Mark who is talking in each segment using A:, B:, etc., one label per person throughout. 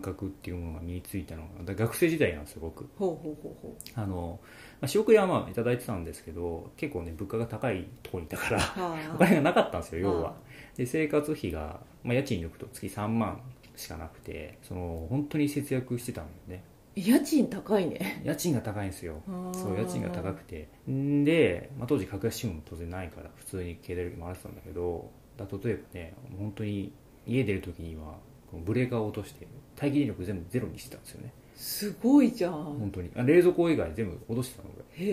A: 覚っていうものが身についたのがだ学生時代なんですよ僕
B: ほうほうほうほ
A: あの、まあ、仕送りはまあいただいてたんですけど結構ね物価が高いところにいたから
B: うはあ
A: お金がなかったんですよ要は
B: あ
A: で生活費が、まあ、家賃抜くと月3万しかなくてその本当に節約してたんだよね
B: 家賃高いね
A: 家賃が高いんですよそう家賃が高く
B: て
A: てんで、まあ、当時格安シムも当然ないから普通に携帯で回ってたんだけどだ例えばね本当に家出る時にはこのブレーカーを落として待機電力全部ゼロにしてたんですよね
B: すごいじゃ
A: 本
B: ん
A: 当にあ冷蔵庫以外全部落としてたの俺
B: へ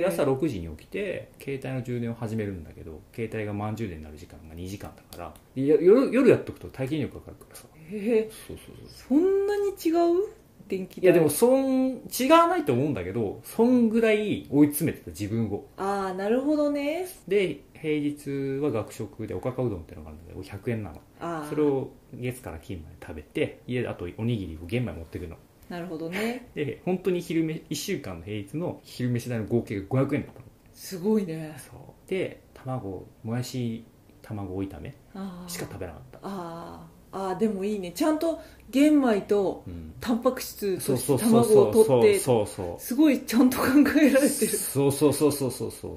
A: で
B: え
A: 朝6時に起きて携帯の充電を始めるんだけど携帯が満充電になる時間が2時間だからでや夜夜やっとくと待機電力がかかるからさ
B: へえ
A: そうそうそう
B: そんなに違う電気代
A: いやでもそん違わないと思うんだけどそんぐらい追い詰めてた自分を
B: ああなるほどね
A: で平日は学食でおかかうどんってのがあるんだけど100円なの
B: ああ
A: それを月から金まで食べて家であとおにぎりを玄米持ってくの
B: なるほどね
A: で本当に昼飯1週間の平日の昼飯代の合計が500円だったの
B: すごいね
A: そうで卵もやし卵炒め
B: ああ
A: しか食べなかった、
B: あーあーでもいいねちゃんと玄米と
A: うん、
B: タンパク質
A: そ
B: と
A: うそう
B: して
A: そう
B: 卵
A: そ
B: を
A: う
B: 取
A: そう
B: って
A: そうそう
B: すごいちゃんと考えられてる
A: そうそうそうそうそうそうそう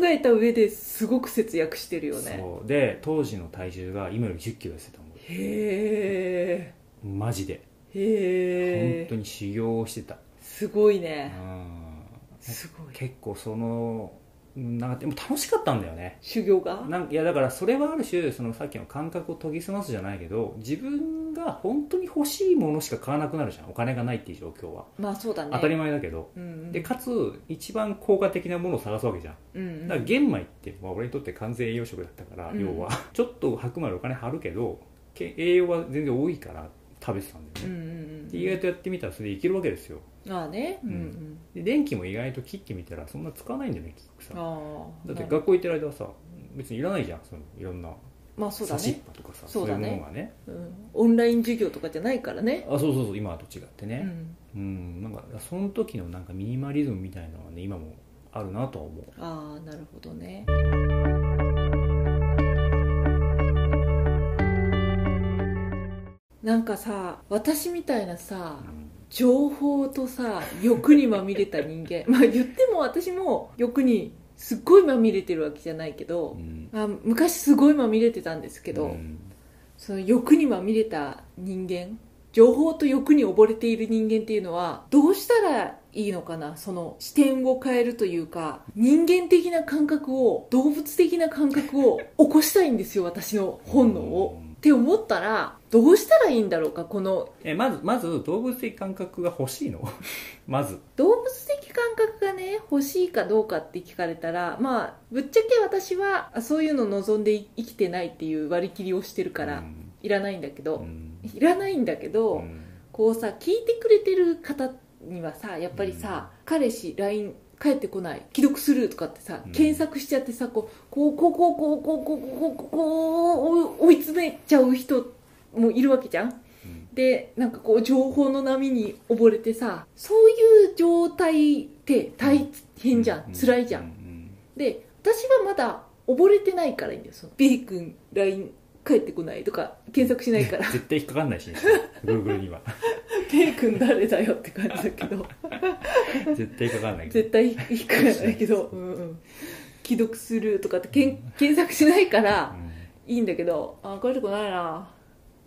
B: 考えた上ですごく節約してるよね
A: そうで当時の体重が今より1 0キロ痩せたも
B: へ
A: んマジで
B: えへ
A: 本
B: え
A: 当に修行をしてた、
B: すごいうね
A: ん、
B: すごい
A: 結構そのなんかでも楽しかったんだよね
B: 修行が
A: なんいやだからそれはある種そのさっきの感覚を研ぎ澄ますじゃないけど自分が本当に欲しいものしか買わなくなるじゃんお金がないっていう状況は、
B: まあそうだね
A: 当たり前だけど
B: うんうん
A: でかつ一番効果的なものを探すわけじゃん
B: うんうん
A: だから玄米って、まあ、俺にとって完全栄養食だったから、
B: うん
A: 要はちょっと白米でお金張るけどけ栄養は全然多いから食べてたんだよ
B: うん
A: ね、
B: うん
A: で意外とやってみたらそれでいけるわけですよ
B: うんああねうんう
A: うん
B: ん
A: で電気も意外と切ってみたらそんな使わないんだよね結局さ
B: ああ
A: だって学校行ってる間はさ別にいらないじゃんそのいろんな
B: まあそうだ
A: 差しっ
B: ね
A: ぱとかさ
B: そうだね
A: いうものがね
B: うんオンライン授業とかじゃないからね
A: あそうそうそう今と違って
B: う
A: ね
B: ん
A: うん、なんかその時のなんかミニマリズムみたいなのはね今もあるなとは思う
B: ああなるほどねなんかさ私みたいなさ
A: うん
B: 情報とさ欲にまみれた人間 まあ言っても私も欲にすっごいまみれてるわけじゃないけど、
A: うん
B: まあ、昔すごいまみれてたんですけど、
A: うん
B: その欲にまみれた人間情報と欲に溺れている人間っていうのはどうしたらいいのかなその視点を変えるというか人間的な感覚を動物的な感覚を起こしたいんですよ私の本能を
A: うん
B: って思ったらどうしたらいいんだろうかこの
A: えまずまず動物的感覚が欲しいの まず
B: 動物的感覚がね欲しいかどうかって聞かれたらまあぶっちゃけ私はあそういうの望んでい生きてないっていう割り切りをしてるから、
A: うん
B: いらないんだけど、
A: うん
B: いらないんだけど、
A: うん
B: こうさ聞いてくれてる方にはさやっぱりさ、彼氏 LINE 帰ってこない既読スルーとかってさ、
A: うん
B: 検索しちゃってさこうこうこうこうこうこうこうこうこうこう追い詰めちゃう人もいるわけじゃん
A: うん
B: でなんかこう情報の波に溺れてさそういう状態って大変じゃん、
A: う
B: 辛いじゃん、
A: う
B: で私はまだ溺れてないからいいんだよその B 君 LINE 帰ってこないとか検索しないから
A: 絶対引っかかんないしね Google には
B: B 君誰だよって感じだけ ど
A: 絶対引っかかんないけど
B: 絶対引っかからないけど、うんうん、既読するとかってけん検索しないからいいんだけどあ帰ってこないな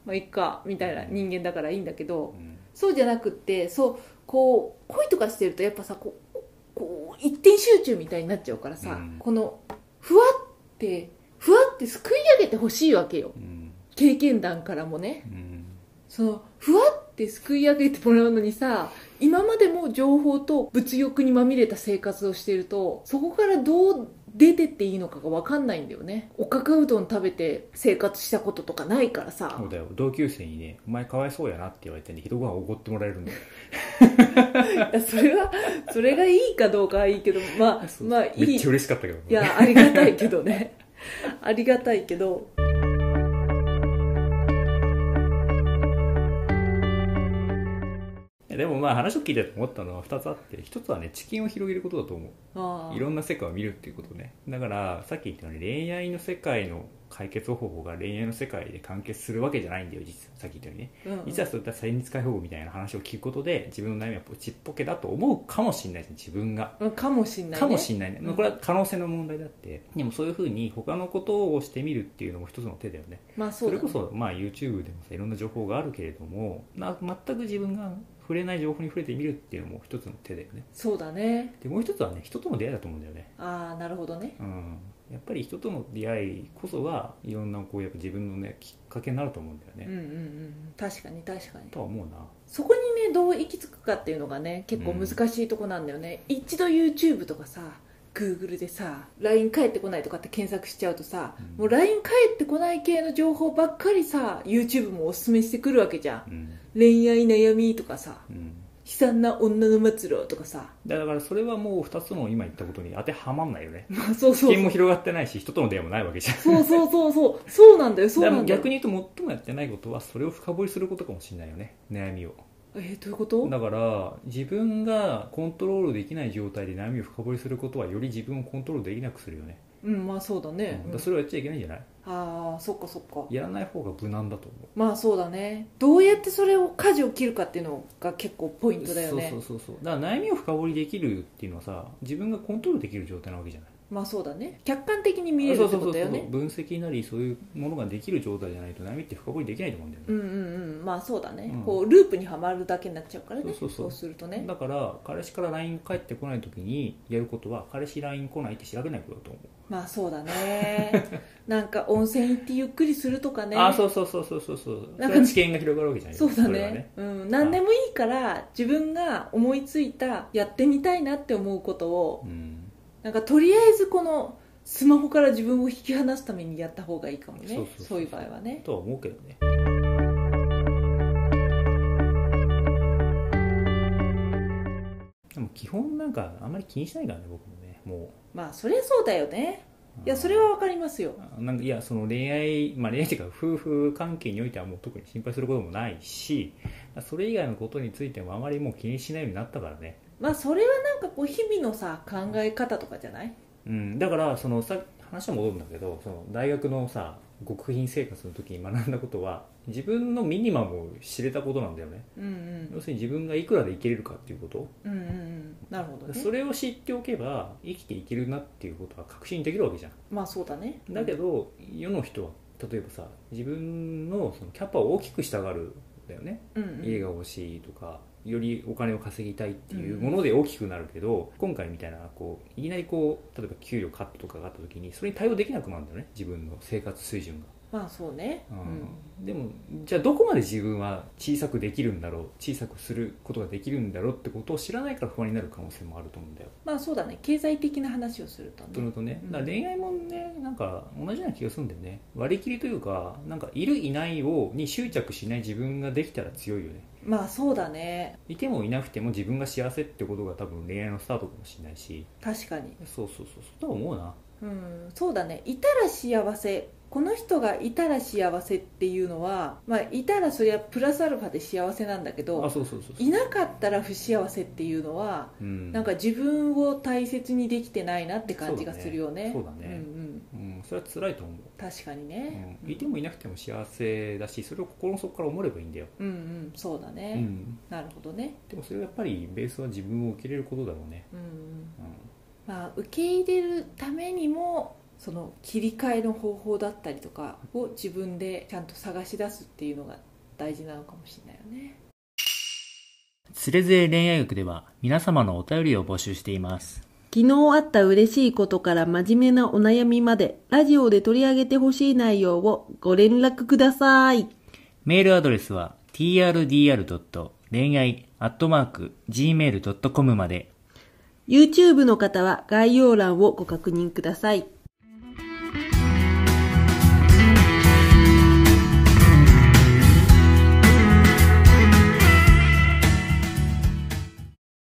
B: まあいっかみたいな人間だからいいんだけど
A: うんうん
B: そうじゃなくってそうこう恋とかしてるとやっぱさこうこう一点集中みたいになっちゃうからさ、
A: うん
B: このふわってふわってすくい上げてほしいわけよ
A: うん
B: 経験談からもね
A: うん
B: そのふわってすくい上げてもらうのにさ今までも情報と物欲にまみれた生活をしているとそこからどう出てっていいのかが分かんないんだよねおかかうどん食べて生活したこととかないからさ
A: そうだよ同級生にね「お前かわいそうやな」って言われてねひどご飯おごってもらえ るんだよ
B: いやそれはそれがいいかどうかはいいけどまあまあい
A: め
B: い
A: っちゃ嬉しかったけど
B: いやありがたいけどねありがたいけど
A: でもまあ話を聞いてて思ったのは2つあって1つはね知見を広げることだと思う
B: ああ
A: いろんな世界を見るっていうことねだからさっき言ったように恋愛の世界の解決方法が恋愛の世界で完結するわけじゃないんだよ実はさっき言ったようにね
B: うんうん
A: 実はそういった戦日解放みたいな話を聞くことで自分の悩みはちっぽけだと思うかもしれないですね自分が
B: うんかもしんない、ね、
A: かもしれないね、
B: うん
A: これは可能性の問題だってでもそういうふうに他のことをしてみるっていうのも一つの手だよね
B: まあ
A: そ
B: そうだ
A: れ
B: ね
A: こそ、まあ、YouTube でもさいろんな情報があるけれどもな全く自分が触れない情報に触れてみるっていうのも一つの手だよね
B: そうだね
A: でもう一つはね人との出会いだと思うんだよね
B: ああなるほどね
A: うんやっぱり人との出会いこそがいろんなこうやっぱ自分のねきっかけになると思うんだよね、
B: うんうんうん確かに確かに
A: とは思うな
B: そこにねどう行き着くかっていうのがね結構難しいとこなんだよね、一度 YouTube とかさ Google でさ LINE 返ってこないとかって検索しちゃうとさ、
A: うん
B: もう LINE 返ってこない系の情報ばっかりさ YouTube もおすすめしてくるわけじゃん
A: うん
B: 恋愛悩みとかさ
A: うん
B: 悲惨な女の末路とかさ
A: だからそれはもう2つの今言ったことに当てはまんないよね
B: まあそう
A: 知
B: そう
A: 見
B: そ
A: も
B: う
A: 広がってないし人との出会いもないわけじゃん
B: そうそうそうそうそうなんだよそう
A: だか
B: な
A: ら
B: んだよ
A: 逆に言うと最もやってないことはそれを深掘りすることかもしれないよね悩みを
B: えー、どういうこと
A: だから自分がコントロールできない状態で悩みを深掘りすることはより自分をコントロールできなくするよね、
B: うんまあそうだ
A: うん
B: ね、
A: だからそれをやっちゃいけないんじゃない
B: ああそっかそっか
A: やらない方が無難だと思う
B: まあそうだねどうやってそれを舵を切るかっていうのが結構ポイントだよね
A: そうそうそうそうだから悩みを深掘りできるっていうのはさ自分がコントロールできる状態なわけじゃない
B: まあそうだね客観的に見れるってことだよ
A: そうそうそう
B: ね
A: そう分析なりそういうものができる状態じゃないと悩みって深掘りできないと思うんだよね、
B: うんうんうんまあそうだね、
A: うん
B: こうループにはまるだけになっちゃうからね
A: そうそうそう
B: するとね
A: だから彼氏から LINE 返ってこない時にやることは彼氏 LINE 来ないって調べないことだと思う
B: まあそう だねなんか温泉行ってゆっくりするとかね
A: あそうそうそうそうそうそう
B: なん
A: そ
B: か
A: れは知見が広がるわけじゃない
B: そうだ
A: それ
B: ね
A: はね
B: うん、何でもいいから自分が思いついたやってみたいなって思うことを
A: うん、
B: なんかとりあえずこのスマホから自分を引き離すためにやった方がいいかもね
A: そうそうそうそう
B: いう場合はね
A: とは思うけどねでも基本なんかあんまり気にしないからね僕もねも
B: まあそりゃそうだよね
A: う
B: いやそれはわかりますよ
A: あなんかいやその恋愛、まあ、恋愛っていうか夫婦関係においてはもう特に心配することもないしそれ以外のことについてもあまりもう気にしないようになったからね、
B: まあそれはなんかこう日々のさ考え方とかじゃない
A: うん、だからそのさ話は戻るんだけどその大学のさ極貧生活の時に学 んだことは自分のミニマムを知れたことなんだよね
B: うんうん
A: 要するに自分がいくらでいけれるかっていうこと
B: うんうんうんなるほどね
A: それを知っておけば生きていけるなっていうことは確信できるわけじゃん
B: まあそうだね
A: だけど世の人は例えばさ自分のそのキャパを大きくしたがるんだよね
B: うんうん
A: 家が欲しいとかよりお金を稼ぎたいっていうもので大きくなるけど今回みたいなこういきなりこう例えば給料カットとかがあった時にそれに対応できなくなるんだよね自分の生活水準が、
B: まあそうねうん
A: でもじゃあどこまで自分は小さくできるんだろう小さくすることができるんだろうってことを知らないから不安になる可能性もあると思うんだよ
B: まあそうだね経済的な話をすると
A: それ
B: ね
A: とね
B: うん
A: だから恋愛もねなんか同じような気がするんだよね割り切りというかなんかいるいないをに執着しない自分ができたら強いよね
B: まあそうだね
A: いてもいなくても自分が幸せってことが多分恋愛のスタートかもしれないし
B: 確かに
A: そうそうそうそうとは思うな
B: うんそうだねいたら幸せこの人がいたら幸せっていうのはまあいたらそりゃプラスアルファで幸せなんだけ
A: あ
B: ど
A: そうそうそうそう
B: いなかったら不幸せっていうのは
A: うん
B: なんか自分を大切にできてないなって感じがするよね
A: そうだねそうだね
B: んうん
A: うん、それは辛いと思う、
B: 確かに
A: う
B: ね、
A: ん、いてもいなくても幸せだしそれを心の底から思えばいいんだよ、
B: うんうんそうだね、
A: うん、
B: なるほどね、
A: でもそれはやっぱりベースは自分を受け入れることだろうね、
B: うんうん
A: うん、
B: まあ、受け入れるためにもその切り替えの方法だったりとかを自分でちゃんと探し出すっていうのが大事なのかもしれないよね
A: つれづれ恋愛学では皆様のお便りを募集しています
C: 昨日あった嬉しいことから真面目なお悩みまで、ラジオで取り上げてほしい内容をご連絡ください。
A: メールアドレスは trdr. 恋愛 .gmail.com まで
C: YouTube の方は概要欄をご確認ください。